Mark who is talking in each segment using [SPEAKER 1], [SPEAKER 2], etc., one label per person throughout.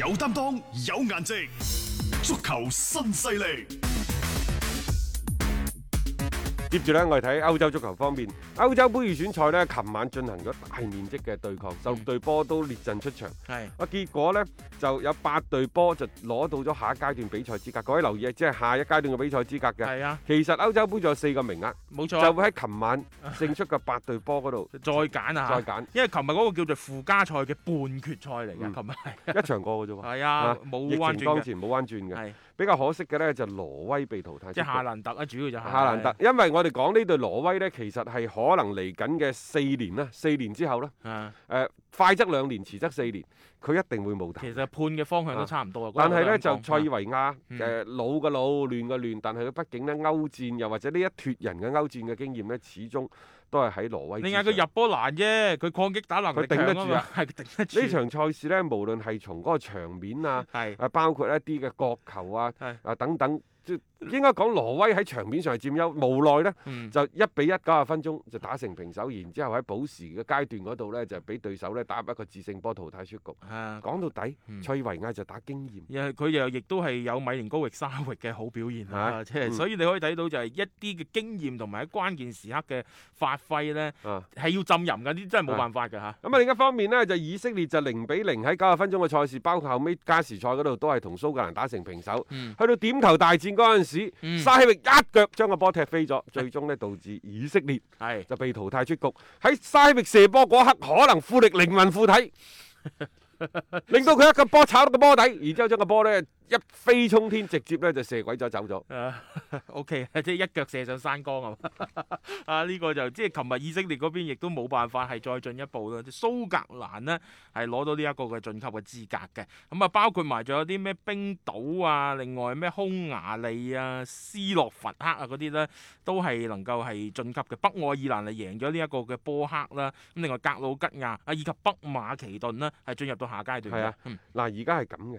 [SPEAKER 1] 有擔當，有顏值，足球新勢力。
[SPEAKER 2] 接住呢，我哋睇歐洲足球方面，歐洲杯預選賽呢，琴晚進行咗大面積嘅對抗，十六隊波都列陣出場。
[SPEAKER 3] 係
[SPEAKER 2] 啊，結果呢，就有八隊波就攞到咗下一階段比賽資格。各位留意啊，即係下一階段嘅比賽資格嘅。
[SPEAKER 3] 係啊，
[SPEAKER 2] 其實歐洲杯仲有四個名額，
[SPEAKER 3] 冇錯
[SPEAKER 2] 就
[SPEAKER 3] 啊，
[SPEAKER 2] 會喺琴晚勝出嘅八隊波嗰度
[SPEAKER 3] 再揀
[SPEAKER 2] 再
[SPEAKER 3] 啊，
[SPEAKER 2] 揀
[SPEAKER 3] 因為琴日嗰個叫做附加賽嘅半決賽嚟
[SPEAKER 2] 嗯
[SPEAKER 3] 嘅，琴日
[SPEAKER 2] 一場過嘅啫喎。
[SPEAKER 3] 係 啊，冇彎
[SPEAKER 2] 疫情當
[SPEAKER 3] 轉嘅，
[SPEAKER 2] 前冇彎轉嘅，
[SPEAKER 3] 係
[SPEAKER 2] 比較可惜嘅呢，就挪威被淘汰出
[SPEAKER 3] 即
[SPEAKER 2] 局。
[SPEAKER 3] 係夏蘭特啊，主要就係
[SPEAKER 2] 夏蘭特，因為我哋講呢隊挪威呢，其實係可能嚟緊嘅四年啦，四年之後啦，
[SPEAKER 3] 啊，
[SPEAKER 2] 誒、快則兩年，遲則四年，佢一定會冇
[SPEAKER 3] 其
[SPEAKER 2] 大。
[SPEAKER 3] 實判嘅方向都差唔多啊，
[SPEAKER 2] 但係呢，
[SPEAKER 3] 呢，
[SPEAKER 2] 就塞爾
[SPEAKER 3] 賽
[SPEAKER 2] 維亞
[SPEAKER 3] 嗯
[SPEAKER 2] 誒、老嘅老，亂嘅亂，但係佢畢竟呢，歐戰又或者呢一脱人嘅歐戰嘅經驗呢，始終都係喺挪威之
[SPEAKER 3] 你
[SPEAKER 2] 上。
[SPEAKER 3] 嗌佢入波難啫，佢抗擊打能力
[SPEAKER 2] 佢頂得
[SPEAKER 3] 強
[SPEAKER 2] 住啊
[SPEAKER 3] 嘛， 係頂得住
[SPEAKER 2] 呢場賽事呢，無論係從嗰個場面啊，
[SPEAKER 3] 係
[SPEAKER 2] 誒包括一啲嘅角球啊
[SPEAKER 3] 係，
[SPEAKER 2] 啊等等，即應該講挪威喺場面上係佔優，無奈呢。
[SPEAKER 3] 嗯
[SPEAKER 2] 就一比一九十分鐘就打成平手，然之後喺補時嘅階段嗰度呢，就俾對手呢打入一個致勝波淘汰出局。
[SPEAKER 3] 啊。
[SPEAKER 2] 講到底，
[SPEAKER 3] 嗯
[SPEAKER 2] 塞爾維亞就打經驗。
[SPEAKER 3] 又佢又亦都係有米連高域沙域嘅好表現
[SPEAKER 2] 啊
[SPEAKER 3] 啊！即係、
[SPEAKER 2] 嗯
[SPEAKER 3] 所以你可以睇到就係一啲嘅經驗同埋喺關鍵時刻嘅發揮咧，
[SPEAKER 2] 啊
[SPEAKER 3] 係要浸淫㗎，呢啲真係冇辦法㗎嚇。
[SPEAKER 2] 咁啊，另一方面呢，就以色列就零比零喺九十分鐘嘅賽事，包括後尾加時賽嗰度都係同蘇格蘭打成平手。
[SPEAKER 3] 嗯
[SPEAKER 2] 去到點球大戰嗰陣時，
[SPEAKER 3] 嗯
[SPEAKER 2] 沙希域一腳將個波踢飛咗，最終呢導致以色列
[SPEAKER 3] 係
[SPEAKER 2] 就被淘汰出局。喺沙希域射波嗰刻，可能富力靈魂附體，令到佢一個波炒到個波底，然之後將個波呢一飛沖天，直接呢就射鬼咗走咗。
[SPEAKER 3] 啊 OK，即係一腳射上山崗啊！ 啊，呢、個就即係琴日以色列嗰邊亦都冇辦法係再進一步啦。蘇格蘭啊呢係攞到呢一個嘅晉級嘅資格嘅，咁啊包括埋仲有啲咩冰島啊，另外咩匈牙利啊、斯洛伐克啊嗰啲呢，都係能夠係晉級嘅。北愛爾蘭係贏咗呢一個嘅波克啦，咁另外格魯吉亞啊以及北馬其頓呢，係進入到下階段
[SPEAKER 2] 係
[SPEAKER 3] 嘅
[SPEAKER 2] 啊。
[SPEAKER 3] 嗯
[SPEAKER 2] 嗱，而家係咁嘅，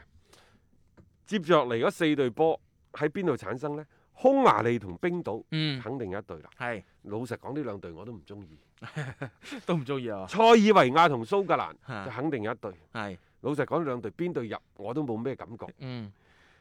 [SPEAKER 2] 接住落嚟嗰四隊波喺邊度產生呢？匈牙利同冰島
[SPEAKER 3] 嗯，
[SPEAKER 2] 肯定有一隊啦。
[SPEAKER 3] 係
[SPEAKER 2] 老實講，呢兩隊我都唔中意。
[SPEAKER 3] 都唔中意 啊，
[SPEAKER 2] 塞爾維亞同蘇格蘭
[SPEAKER 3] 嚇
[SPEAKER 2] 就肯定有一隊。
[SPEAKER 3] 係
[SPEAKER 2] 老實講，兩隊邊隊入我都冇咩感覺。
[SPEAKER 3] 嗯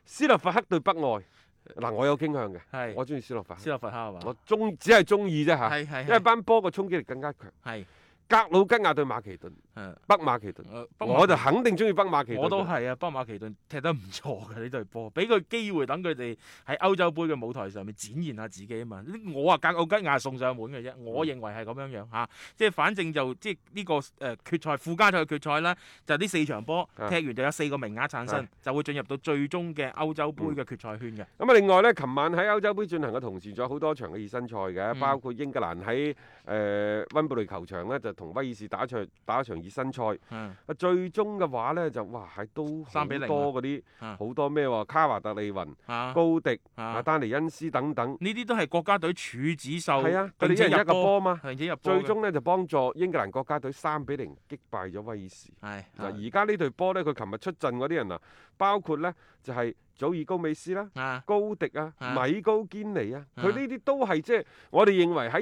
[SPEAKER 2] 斯洛伐克對北愛，嗱我有傾向嘅，
[SPEAKER 3] 係
[SPEAKER 2] 我中意斯洛伐克
[SPEAKER 3] 斯，洛伐克係嘛？
[SPEAKER 2] 我中只係中意啫嚇，
[SPEAKER 3] 係係
[SPEAKER 2] 因為班波個衝擊力更加強。
[SPEAKER 3] 係
[SPEAKER 2] 格魯吉亞對馬其頓，
[SPEAKER 3] 誒，
[SPEAKER 2] 北馬其頓，
[SPEAKER 3] 誒北馬
[SPEAKER 2] 我就肯定中意北馬其頓嘅。
[SPEAKER 3] 我都係啊，北馬其頓踢得唔錯嘅呢隊波，俾個機會等佢哋喺歐洲杯嘅舞台上面展現下自己啊嘛。呢我啊格奧吉亞送上門嘅啫，
[SPEAKER 2] 嗯
[SPEAKER 3] 我認為係咁樣樣嚇、即係反正就即係呢、個誒、呃、決賽附加賽嘅決賽啦，就呢四場波
[SPEAKER 2] 啊
[SPEAKER 3] 踢完就有四個名額產生，就會進入到最終嘅歐洲
[SPEAKER 2] 嗯
[SPEAKER 3] 杯嘅決賽圈嘅。
[SPEAKER 2] 咁啊，另外呢，琴晚喺歐洲杯進行嘅同時，仲有好多場嘅熱身賽嘅，
[SPEAKER 3] 嗯
[SPEAKER 2] 包括英格蘭喺誒温布利球場呢，就同威爾士打場打一場熱身賽。
[SPEAKER 3] 嗯，
[SPEAKER 2] 啊，最終嘅話呢，就哇，係都好
[SPEAKER 3] 3比0
[SPEAKER 2] 多嗰啲
[SPEAKER 3] 啊
[SPEAKER 2] 好多咩喎，卡華特利雲、
[SPEAKER 3] 啊
[SPEAKER 2] 高迪、
[SPEAKER 3] 啊
[SPEAKER 2] 阿丹尼恩斯等等，
[SPEAKER 3] 呢啲都係國家隊處子秀，
[SPEAKER 2] 係啊，佢
[SPEAKER 3] 並
[SPEAKER 2] 哋
[SPEAKER 3] 且
[SPEAKER 2] 一人
[SPEAKER 3] 入
[SPEAKER 2] 一個波嘛。
[SPEAKER 3] 並且入波
[SPEAKER 2] 最
[SPEAKER 3] 嘅，
[SPEAKER 2] 終呢，就幫助英格蘭國家隊三比零擊敗咗威爾士。
[SPEAKER 3] 係啊
[SPEAKER 2] 嗱，而家呢隊波呢，佢琴日出陣嗰啲人啊，包括呢就係祖爾高美斯啦。
[SPEAKER 3] 啊
[SPEAKER 2] 高迪啊、
[SPEAKER 3] 啊
[SPEAKER 2] 米高堅尼啊，
[SPEAKER 3] 啊
[SPEAKER 2] 佢呢啲都係即係我哋認為喺二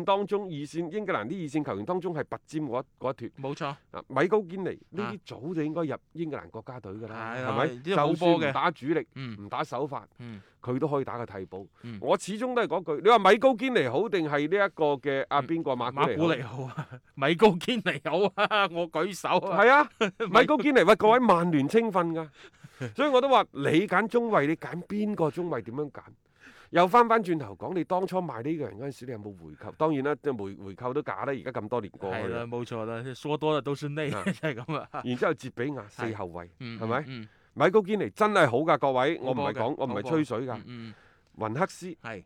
[SPEAKER 2] 線當中，二線英格蘭啲二線球員當中係拔尖嗰一嗰一脱
[SPEAKER 3] 冇錯。
[SPEAKER 2] 啊。米高堅尼呢
[SPEAKER 3] 啊
[SPEAKER 2] 啲早就應該入英格蘭國家隊㗎啦，
[SPEAKER 3] 係
[SPEAKER 2] 係
[SPEAKER 3] 啊
[SPEAKER 2] 咪？
[SPEAKER 3] 呢啲好
[SPEAKER 2] 就算
[SPEAKER 3] 波嘅
[SPEAKER 2] 唔打主力，
[SPEAKER 3] 嗯
[SPEAKER 2] 唔打首發，
[SPEAKER 3] 嗯
[SPEAKER 2] 佢都可以打個替補。
[SPEAKER 3] 嗯
[SPEAKER 2] 我始終都係嗰句，你話米高堅尼好定係呢一個嘅阿
[SPEAKER 3] 嗯
[SPEAKER 2] 邊個馬
[SPEAKER 3] 馬
[SPEAKER 2] 古
[SPEAKER 3] 古
[SPEAKER 2] 尼
[SPEAKER 3] 尼好啊， 米高堅尼好啊， 我舉手
[SPEAKER 2] 好？
[SPEAKER 3] 啊，
[SPEAKER 2] 係 啊，米高堅尼喂，各位曼聯青訓㗎，所以我都話你揀中衞，你揀邊個中衞點樣揀？又翻翻轉頭講，你當初買呢個人嗰陣時，你有冇回購？當然啦，即係回回購都假啦，而家咁多年過去
[SPEAKER 3] 係啦，
[SPEAKER 2] 啦。
[SPEAKER 3] 冇錯啦，說多啦都算呢，
[SPEAKER 2] 啊
[SPEAKER 3] 就係咁啊，
[SPEAKER 2] 然之後，哲比亞四
[SPEAKER 3] 係
[SPEAKER 2] 後衞，
[SPEAKER 3] 嗯
[SPEAKER 2] 係咪
[SPEAKER 3] 嗯
[SPEAKER 2] 米高堅尼真係好㗎，各位，我唔係講
[SPEAKER 3] 好，
[SPEAKER 2] 我
[SPEAKER 3] 波嘅
[SPEAKER 2] 唔係吹水㗎
[SPEAKER 3] 嗯。嗯，
[SPEAKER 2] 雲克斯、
[SPEAKER 3] 係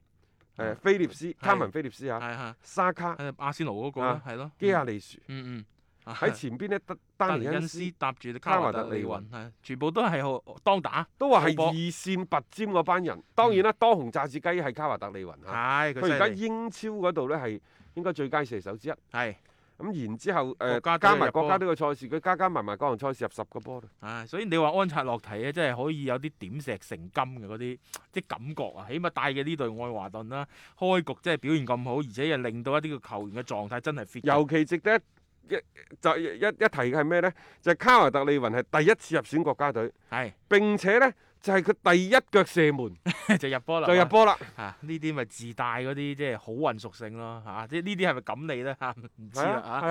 [SPEAKER 2] 誒菲利斯、卡文菲利斯啊、
[SPEAKER 3] 係嗯嚇，
[SPEAKER 2] 沙卡、
[SPEAKER 3] 誒阿仙奴嗰個
[SPEAKER 2] 啊
[SPEAKER 3] 啦，係咯，
[SPEAKER 2] 基亞利殊
[SPEAKER 3] 嗯，嗯嗯，
[SPEAKER 2] 喺 前邊呢，丹丹
[SPEAKER 3] 丹
[SPEAKER 2] 尼
[SPEAKER 3] 尼
[SPEAKER 2] 恩
[SPEAKER 3] 恩
[SPEAKER 2] 斯
[SPEAKER 3] 斯搭住卡華特利雲，係全部都係好當打，
[SPEAKER 2] 都話係
[SPEAKER 3] 好波
[SPEAKER 2] 二線拔尖嗰班人。當然啦，當紅炸子雞係卡華特利雲嚇。
[SPEAKER 3] 係
[SPEAKER 2] 啊佢而家
[SPEAKER 3] 佢犀利，
[SPEAKER 2] 英超嗰度呢，係應該最佳射手之一，
[SPEAKER 3] 係
[SPEAKER 2] 咁然之後誒、
[SPEAKER 3] 國家隊
[SPEAKER 2] 加
[SPEAKER 3] 入
[SPEAKER 2] 埋國
[SPEAKER 3] 波
[SPEAKER 2] 家隊嘅賽事，佢加加埋埋各項賽事入十個波啦。
[SPEAKER 3] 啊，所以你話安察洛提咧，真係可以有啲點石成金嘅嗰啲即係感覺啊！起碼帶嘅呢隊愛華頓啦，開局真係表現咁好，而且又令到一啲嘅球員嘅狀態真係 fit 嘅。
[SPEAKER 2] 尤其值得就一一一提嘅係咩呢？就係、卡華特利雲係第一次入選國家隊，
[SPEAKER 3] 係
[SPEAKER 2] 並且呢，就係、佢第一腳射門
[SPEAKER 3] 就入波啦，
[SPEAKER 2] 就入波啦。
[SPEAKER 3] 啊！呢啲咪自帶嗰啲即係好運屬性咯嚇，即係呢啲係咪咁你咧嚇？唔知
[SPEAKER 2] 係
[SPEAKER 3] 啦
[SPEAKER 2] 啊，
[SPEAKER 3] 嚇。
[SPEAKER 2] 係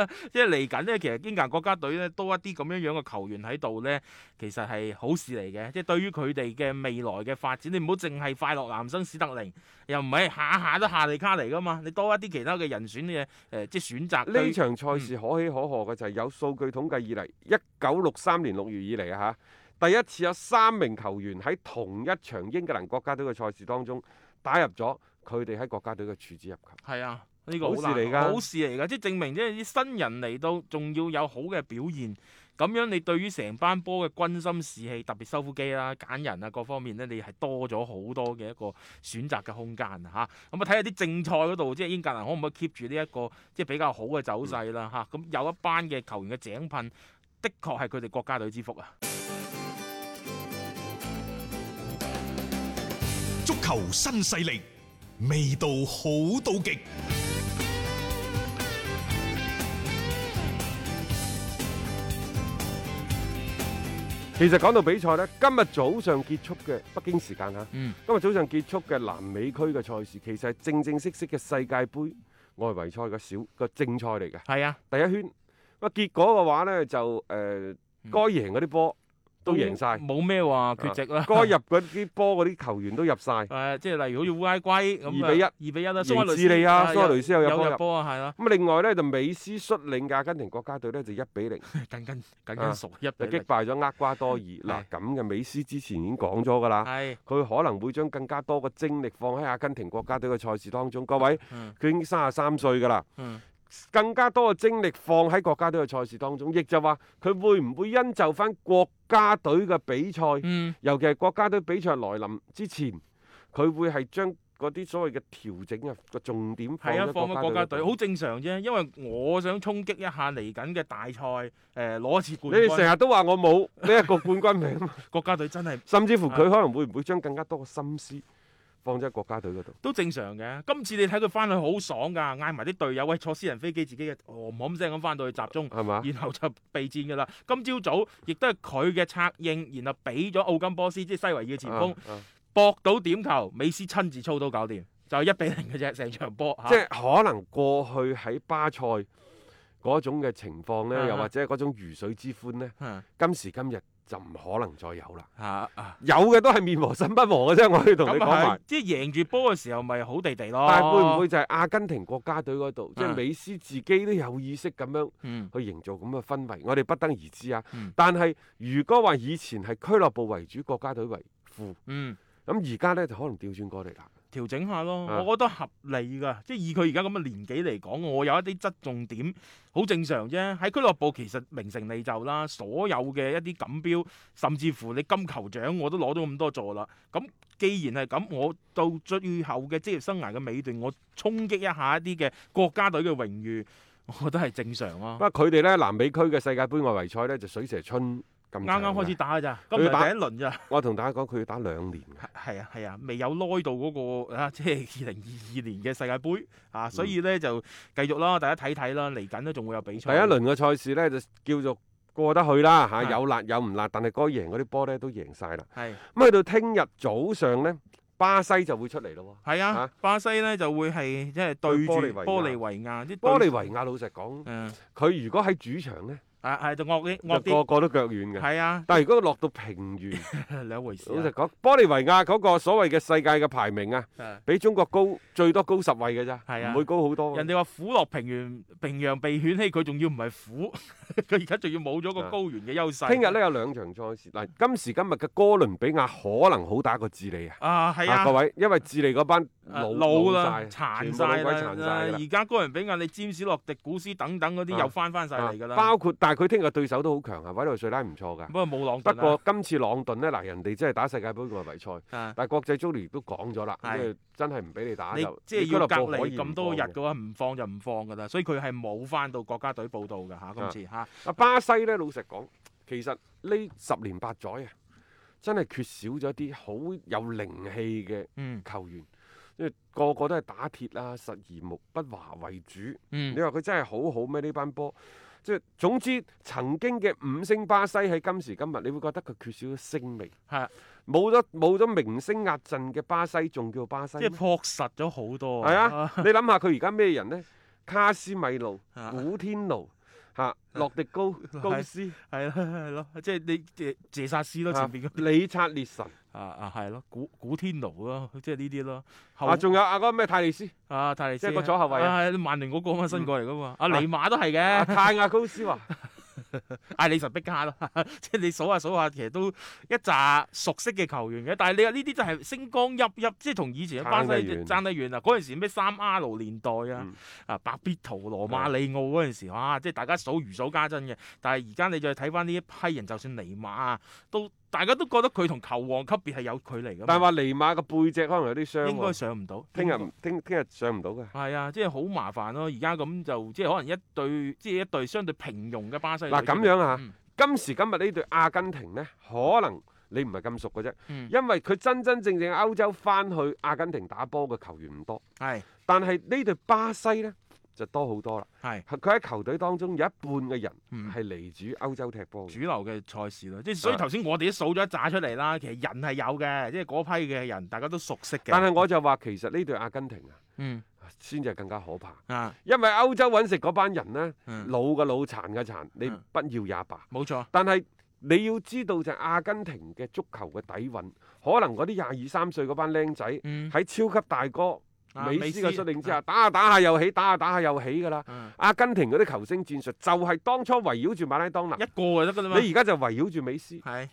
[SPEAKER 2] 啊。
[SPEAKER 3] 即係嚟緊咧，其實英格蘭國家隊咧多一啲咁樣樣嘅球員喺度咧，其實係好事嚟嘅。即係對於佢哋嘅未來嘅發展，你唔好淨係快樂男生史特靈，又唔係下下都夏利卡嚟噶嘛。你多一啲其他嘅人選嘅誒、呃即係選擇對嗯
[SPEAKER 2] 呢場賽事可喜可賀嘅就係有數據統計以嚟，一九六三年六月以嚟啊嚇，第一次有三名球員喺同一場英格蘭國家隊嘅賽事當中打入咗佢哋喺國家隊嘅處子入球。
[SPEAKER 3] 係啊，呢、個
[SPEAKER 2] 好
[SPEAKER 3] 好
[SPEAKER 2] 事
[SPEAKER 3] 難
[SPEAKER 2] 嚟㗎
[SPEAKER 3] 好事嚟㗎，即係證明即係啲新人嚟到，仲要有好嘅表現。咁樣你對於成班波嘅軍心士氣，特別收腹機啦、揀人啊各方面咧，你係多咗好多嘅一個選擇嘅空間啊嚇。咁啊睇下啲正賽嗰度，即係英格蘭可唔可以 keep 住呢一個即係比較好嘅走勢啦嚇。咁、有一班嘅球員嘅井噴，的確係佢哋國家隊之福啊。
[SPEAKER 1] 足球新勢力，味道好到極。
[SPEAKER 2] 其實講到比賽呢，今日早上結束嘅北京時間嚇，
[SPEAKER 3] 嗯
[SPEAKER 2] 今日早上結束嘅南美區嘅賽事，其實係正正式式嘅世界盃外圍賽嘅小個正賽嚟嘅
[SPEAKER 3] 係啊，
[SPEAKER 2] 第一圈。咁啊結果嘅話呢，就誒、呃、
[SPEAKER 3] 嗯
[SPEAKER 2] 該贏嗰啲波都贏晒。
[SPEAKER 3] 冇咩話缺席啦。
[SPEAKER 2] 該入嗰啲波嗰啲球員都入晒。
[SPEAKER 3] 誒、即係例如好似烏拉圭咁啊，
[SPEAKER 2] 2-1
[SPEAKER 3] 二比一啦，蘇亞雷
[SPEAKER 2] 而
[SPEAKER 3] 斯
[SPEAKER 2] 智利啊，
[SPEAKER 3] 啊
[SPEAKER 2] 蘇亞雷斯又
[SPEAKER 3] 有
[SPEAKER 2] 入波
[SPEAKER 3] 入
[SPEAKER 2] 入。
[SPEAKER 3] 波啊，係啦，
[SPEAKER 2] 咁另外呢，就美斯率領嘅阿根廷國家隊呢，就一比 零
[SPEAKER 3] 緊緊緊
[SPEAKER 2] 啊
[SPEAKER 3] 緊熟一比
[SPEAKER 2] 就
[SPEAKER 3] 零
[SPEAKER 2] 擊，敗咗厄瓜多爾。嗱咁嘅美斯之前已經講咗㗎啦，
[SPEAKER 3] 係
[SPEAKER 2] 佢可能會將更加多嘅精力放喺阿根廷國家隊嘅賽事當中。各位，
[SPEAKER 3] 嗯
[SPEAKER 2] 佢已經三十三歲㗎啦，
[SPEAKER 3] 嗯
[SPEAKER 2] 更加多嘅精力放喺國家隊嘅賽事當中，亦就話佢會唔會因就翻國家隊嘅比賽？
[SPEAKER 3] 嗯
[SPEAKER 2] 尤其係國家隊比賽來臨之前，佢會係將嗰啲所謂嘅調整啊個重點放
[SPEAKER 3] 係啊，
[SPEAKER 2] 喺
[SPEAKER 3] 放咗國
[SPEAKER 2] 國
[SPEAKER 3] 家
[SPEAKER 2] 家
[SPEAKER 3] 隊
[SPEAKER 2] 隊
[SPEAKER 3] 好正常啫，因為我想衝擊一下嚟緊嘅大賽，誒、攞一次
[SPEAKER 2] 你
[SPEAKER 3] 冠
[SPEAKER 2] 哋
[SPEAKER 3] 軍，
[SPEAKER 2] 成日都話我冇呢一個冠軍名 啊嘛，
[SPEAKER 3] 國家隊真係
[SPEAKER 2] 甚至乎佢可能會唔會將更加多嘅心思放咗喺國家隊嗰度？
[SPEAKER 3] 都正常嘅。今次你睇佢翻去好爽㗎，嗌埋啲隊友喂坐私人飛機，自己嘅哦唔冚聲咁翻到去集中。
[SPEAKER 2] 係嘛？
[SPEAKER 3] 然後就備戰㗎啦。今朝早亦都係佢嘅策應，然後俾咗奧金波斯，即係西維爾嘅前鋒，
[SPEAKER 2] 啊啊
[SPEAKER 3] 搏到點球，美斯親自操刀搞掂，就一比零嘅啫，成場波嚇。
[SPEAKER 2] 即係可能過去喺巴塞嗰種嘅情況呢，
[SPEAKER 3] 啊
[SPEAKER 2] 又或者嗰種魚水之歡呢，
[SPEAKER 3] 嚇
[SPEAKER 2] 今時今日就唔可能再有啦。
[SPEAKER 3] 嚇啊！
[SPEAKER 2] 有嘅都係面和心不和嘅啫，我可以同你
[SPEAKER 3] 咁
[SPEAKER 2] 講
[SPEAKER 3] 啊
[SPEAKER 2] 埋
[SPEAKER 3] 係。，即係贏住波嘅時候，咪好地地咯。
[SPEAKER 2] 但係會唔會？就係阿根廷國家隊嗰度，即係
[SPEAKER 3] 嗯
[SPEAKER 2] 美斯自己都有意識咁樣
[SPEAKER 3] 嗯
[SPEAKER 2] 去營造咁嘅氛圍？我哋不得而知啊
[SPEAKER 3] 嗯。
[SPEAKER 2] 但係如果話以前係俱樂部為主，國家隊為輔，
[SPEAKER 3] 嗯，
[SPEAKER 2] 咁而家呢就可能調轉過嚟啦。
[SPEAKER 3] 調整下咯，
[SPEAKER 2] 啊
[SPEAKER 3] 我覺得合理㗎。即係以佢而家咁嘅年紀嚟講，我有一啲側重點，好正常啫。喺俱樂部其實名成利就啦，所有嘅一啲錦標，甚至乎你金球獎我都攞到咁多座啦。咁既然係咁，我到最後嘅職業生涯嘅尾段，我衝擊一下一啲嘅國家隊嘅榮譽，我覺得係正常啊
[SPEAKER 2] 不
[SPEAKER 3] 咯。
[SPEAKER 2] 過佢哋呢，南美區嘅世界盃外圍賽呢，就水蛇春咁
[SPEAKER 3] 啱
[SPEAKER 2] 長
[SPEAKER 3] 啱開始
[SPEAKER 2] 嘅，
[SPEAKER 3] 打㗎咋，今
[SPEAKER 2] 佢
[SPEAKER 3] 日第一
[SPEAKER 2] 打
[SPEAKER 3] 輪咋。
[SPEAKER 2] 我同大家講，佢要打兩年嘅。
[SPEAKER 3] 係啊係啊，未有攞到嗰、個啊，即係二零二二年嘅世界盃啊，所以咧就繼續啦，大家睇睇啦，嚟緊都仲會有比
[SPEAKER 2] 嗯第一
[SPEAKER 3] 賽。
[SPEAKER 2] 輪嘅賽事呢，就叫做過得去啦嚇，
[SPEAKER 3] 係
[SPEAKER 2] 有辣有唔辣，但係該贏嗰啲波呢都贏晒啦。
[SPEAKER 3] 係
[SPEAKER 2] 咁去到聽日早上呢，巴西就會出嚟咯喎。
[SPEAKER 3] 係啊
[SPEAKER 2] 啊，
[SPEAKER 3] 巴西咧就會係即係
[SPEAKER 2] 對
[SPEAKER 3] 對住
[SPEAKER 2] 玻利維亞
[SPEAKER 3] 玻利維亞，即係對
[SPEAKER 2] 玻利維亞老實講，
[SPEAKER 3] 嗯
[SPEAKER 2] 佢如果喺主場呢，
[SPEAKER 3] 啊係就惡啲
[SPEAKER 2] 就個
[SPEAKER 3] 惡啲，
[SPEAKER 2] 個都腳軟嘅。
[SPEAKER 3] 係啊
[SPEAKER 2] 但係如果落到平原，
[SPEAKER 3] 兩回事
[SPEAKER 2] 老實
[SPEAKER 3] 啊。
[SPEAKER 2] 講，玻利維亞嗰個所謂嘅世界嘅排名啊，
[SPEAKER 3] 啊
[SPEAKER 2] 比中國高最多高十位嘅咋，
[SPEAKER 3] 係啊
[SPEAKER 2] 唔會高好多嘅。
[SPEAKER 3] 人哋話虎落平原，平陽被犬欺，佢仲要唔係虎， 佢而家仲要冇咗個
[SPEAKER 2] 啊
[SPEAKER 3] 高原嘅優勢。
[SPEAKER 2] 聽日呢，有兩場賽事，嗱今時今日嘅哥倫比亞可能好打過智利啊！
[SPEAKER 3] 啊係啊
[SPEAKER 2] 各。位，因為智利嗰班
[SPEAKER 3] 啊
[SPEAKER 2] 老
[SPEAKER 3] 啦，
[SPEAKER 2] 晒，
[SPEAKER 3] 殘
[SPEAKER 2] 全部
[SPEAKER 3] 晒
[SPEAKER 2] 老鬼
[SPEAKER 3] 啦，
[SPEAKER 2] 殘晒㗎啦
[SPEAKER 3] 而家哥倫比亞你詹士、洛迪古斯等等嗰啲
[SPEAKER 2] 啊
[SPEAKER 3] 又翻翻晒嚟㗎
[SPEAKER 2] 啊
[SPEAKER 3] 啦。
[SPEAKER 2] 包括但係佢聽日對手都好強啊，委內瑞拉唔錯㗎。
[SPEAKER 3] 不過冇朗
[SPEAKER 2] 不
[SPEAKER 3] 頓啦
[SPEAKER 2] 過今次朗頓呢，嗱人哋真係打世界盃外圍賽。
[SPEAKER 3] 啊，
[SPEAKER 2] 但係國際足聯亦都講咗啦，即
[SPEAKER 3] 係
[SPEAKER 2] 係真係唔俾你打
[SPEAKER 3] 你
[SPEAKER 2] 啊就
[SPEAKER 3] 即係
[SPEAKER 2] 你俱
[SPEAKER 3] 要
[SPEAKER 2] 樂
[SPEAKER 3] 隔
[SPEAKER 2] 部可
[SPEAKER 3] 離
[SPEAKER 2] 以
[SPEAKER 3] 咁
[SPEAKER 2] 唔
[SPEAKER 3] 多日
[SPEAKER 2] 放嘅
[SPEAKER 3] 嘅話，唔放就唔放㗎啦。所以佢係冇翻到國家隊報道㗎嚇，今次嚇
[SPEAKER 2] 啊巴西呢，老實講，其實呢十年八載啊，真係缺少咗啲好有靈氣嘅
[SPEAKER 3] 嗯
[SPEAKER 2] 球員。即係個個都係打鐵啊、實而木不華為主。
[SPEAKER 3] 嗯
[SPEAKER 2] 你話佢真係好好咩？呢班波即係總之，曾經嘅五星巴西喺今時今日，你會覺得佢缺少咗星味，
[SPEAKER 3] 係
[SPEAKER 2] 冇咗冇咗明星壓陣嘅巴西，仲叫巴西
[SPEAKER 3] 即係
[SPEAKER 2] 咩？
[SPEAKER 3] 樸實咗好多。
[SPEAKER 2] 係啊，你諗下佢而家咩人呢？卡斯米路、
[SPEAKER 3] 啊
[SPEAKER 2] 古天奴、嚇、洛迪高、高斯、
[SPEAKER 3] 係啦，係咯，即係你謝謝薩斯咯，前
[SPEAKER 2] 啊
[SPEAKER 3] 邊嗰
[SPEAKER 2] 理察列神
[SPEAKER 3] 啊啊係咯，古古天奴咯，即係呢啲咯。後
[SPEAKER 2] 啊，仲有啊嗰個咩泰利 斯、
[SPEAKER 3] 啊泰利斯
[SPEAKER 2] 即係個左後衞啊
[SPEAKER 3] 啊，係曼聯嗰個嘛，新過嚟噶嘛，阿
[SPEAKER 2] 啊
[SPEAKER 3] 尼馬都係
[SPEAKER 2] 啊
[SPEAKER 3] 嘅，
[SPEAKER 2] 泰亞高 斯華，
[SPEAKER 3] 啊艾利神碧卡啦， 即係你數下數下，其實都一紮熟悉嘅球員嘅。但係你話呢啲就係星光熠熠，即係同以前嘅巴西
[SPEAKER 2] 爭得遠
[SPEAKER 3] 爭得遠啦。嗰陣時咩三 R 年代啊
[SPEAKER 2] 嗯，
[SPEAKER 3] 啊白必圖、羅馬里奧嗰陣時，哇！即係大家數如數家珍嘅。但係而家你再睇翻呢一批人，就算尼馬啊，都大家都覺得佢同球王級別係有距離㗎嘛。
[SPEAKER 2] 但係話尼馬個背脊可能有啲傷
[SPEAKER 3] 應該
[SPEAKER 2] 喎，
[SPEAKER 3] 上唔到。嗯
[SPEAKER 2] 聽日唔聽聽日上唔到嘅。
[SPEAKER 3] 係啊，即係好麻煩咯。而家咁就即係可能一隊，即係一隊相對平庸嘅巴西隊
[SPEAKER 2] 嗱
[SPEAKER 3] 出嚟。
[SPEAKER 2] 咁樣啊
[SPEAKER 3] 嗯，
[SPEAKER 2] 今時今日呢隊阿根廷呢，可能你唔係咁熟嘅啫，
[SPEAKER 3] 嗯
[SPEAKER 2] 因為佢真真正正歐洲翻去阿根廷打波嘅球員唔多，
[SPEAKER 3] 係
[SPEAKER 2] 但係呢隊巴西呢，就多好多啦。
[SPEAKER 3] 係
[SPEAKER 2] 佢佢喺球隊當中有一半嘅人
[SPEAKER 3] 嗯
[SPEAKER 2] 係嚟自歐洲踢波嘅
[SPEAKER 3] 主。流嘅賽事咯。即係所以
[SPEAKER 2] 啊
[SPEAKER 3] 頭先我哋都數咗一紮出嚟啦。其實人係有嘅，即係嗰批嘅人大家都熟悉嘅。
[SPEAKER 2] 但係我就話其實呢隊阿根廷啊，
[SPEAKER 3] 嗯
[SPEAKER 2] 先至係更加可怕，
[SPEAKER 3] 啊
[SPEAKER 2] 因為歐洲揾食嗰班人呢，
[SPEAKER 3] 嗯
[SPEAKER 2] 老嘅老，殘嘅殘，你
[SPEAKER 3] 嗯
[SPEAKER 2] 不要也罷。
[SPEAKER 3] 冇錯，
[SPEAKER 2] 但係你要知道就係阿根廷嘅足球嘅底蘊，可能嗰啲廿二三歲嗰班僆仔。
[SPEAKER 3] 嗯
[SPEAKER 2] 喺超級大哥
[SPEAKER 3] 啊
[SPEAKER 2] 美斯嘅率領之下，
[SPEAKER 3] 啊
[SPEAKER 2] 打下打下又起，打下打下又起噶啦。
[SPEAKER 3] 嗯
[SPEAKER 2] 阿根廷嗰啲球星戰術就係當初圍繞住馬拉當拿，
[SPEAKER 3] 啊一個就得㗎啦嘛。
[SPEAKER 2] 你而家就圍繞住美斯。
[SPEAKER 3] 係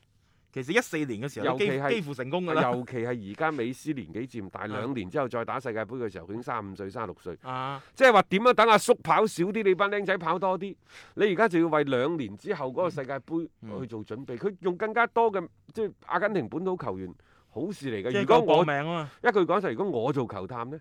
[SPEAKER 3] 其實一四年嘅時候
[SPEAKER 2] 尤其
[SPEAKER 3] 幾
[SPEAKER 2] 係
[SPEAKER 3] 幾乎成功㗎啦。啊
[SPEAKER 2] 啊尤其係而家美斯年紀漸大，
[SPEAKER 3] 嗯
[SPEAKER 2] 兩年之後再打世界盃嘅時候，佢已經三五歲、三六歲，
[SPEAKER 3] 啊
[SPEAKER 2] 即係話點樣等阿叔跑少啲，你班僆仔跑多啲。你而家就要為兩年之後嗰個世界盃
[SPEAKER 3] 嗯
[SPEAKER 2] 去做準備。佢用更加多嘅即係阿根廷本土球員，好事嚟
[SPEAKER 3] 即
[SPEAKER 2] 嘅。
[SPEAKER 3] 係
[SPEAKER 2] 如
[SPEAKER 3] 個
[SPEAKER 2] 果
[SPEAKER 3] 搏
[SPEAKER 2] 我
[SPEAKER 3] 命啊嘛。
[SPEAKER 2] 一句講晒，如果我做球探呢，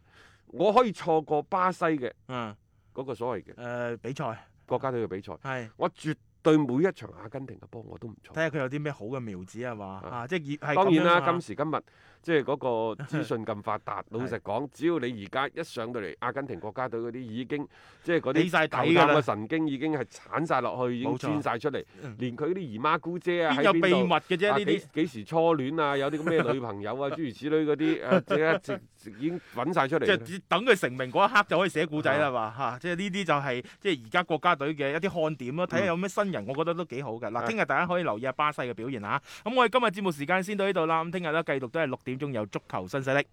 [SPEAKER 2] 我可以錯過巴西嘅
[SPEAKER 3] 嗯
[SPEAKER 2] 嗰個所謂嘅
[SPEAKER 3] 誒比賽
[SPEAKER 2] 國家隊嘅比賽，
[SPEAKER 3] 係。
[SPEAKER 2] 我絕對每一場阿根廷嘅波我都唔
[SPEAKER 3] 睇
[SPEAKER 2] 錯。
[SPEAKER 3] 下佢有啲咩好嘅苗子係嘛？
[SPEAKER 2] 啊
[SPEAKER 3] 啊，即係係
[SPEAKER 2] 當然
[SPEAKER 3] 咁樣
[SPEAKER 2] 啦，
[SPEAKER 3] 啊
[SPEAKER 2] 今時今日即係嗰 個資訊咁發達，老實講，只要你而家一上到嚟阿根廷國家隊嗰啲已經即係嗰
[SPEAKER 3] 起晒底
[SPEAKER 2] 啲
[SPEAKER 3] 㗎
[SPEAKER 2] 球
[SPEAKER 3] 啦
[SPEAKER 2] 探嘅神經已經係鏟晒落去，已經
[SPEAKER 3] 冇錯
[SPEAKER 2] 穿晒出嚟
[SPEAKER 3] 嗯，
[SPEAKER 2] 連佢嗰啲姨媽姑姐啊
[SPEAKER 3] 邊
[SPEAKER 2] 喺
[SPEAKER 3] 有秘
[SPEAKER 2] 邊
[SPEAKER 3] 密
[SPEAKER 2] 度。
[SPEAKER 3] 嘅啫？
[SPEAKER 2] 啊
[SPEAKER 3] 呢啲
[SPEAKER 2] 幾幾時初戀啊？有啲咩女朋友啊？ 諸如此類嗰啲，啊即係一直已經揾晒出嚟啊
[SPEAKER 3] 即
[SPEAKER 2] 㗎啦。
[SPEAKER 3] 係等佢成名嗰一刻就可以寫故仔啦嘛嚇，即係呢啲就係即係而家國家隊嘅一啲看
[SPEAKER 2] 嗯
[SPEAKER 3] 點咯，睇下有咩新人，我覺得都幾好嘅。嗱，
[SPEAKER 2] 係
[SPEAKER 3] 聽日大家可以留啊意下巴西嘅表現嚇。咁我哋今日節目時間先到呢度啦，咁聽日咧繼續都係六點鐘有足球新勢力。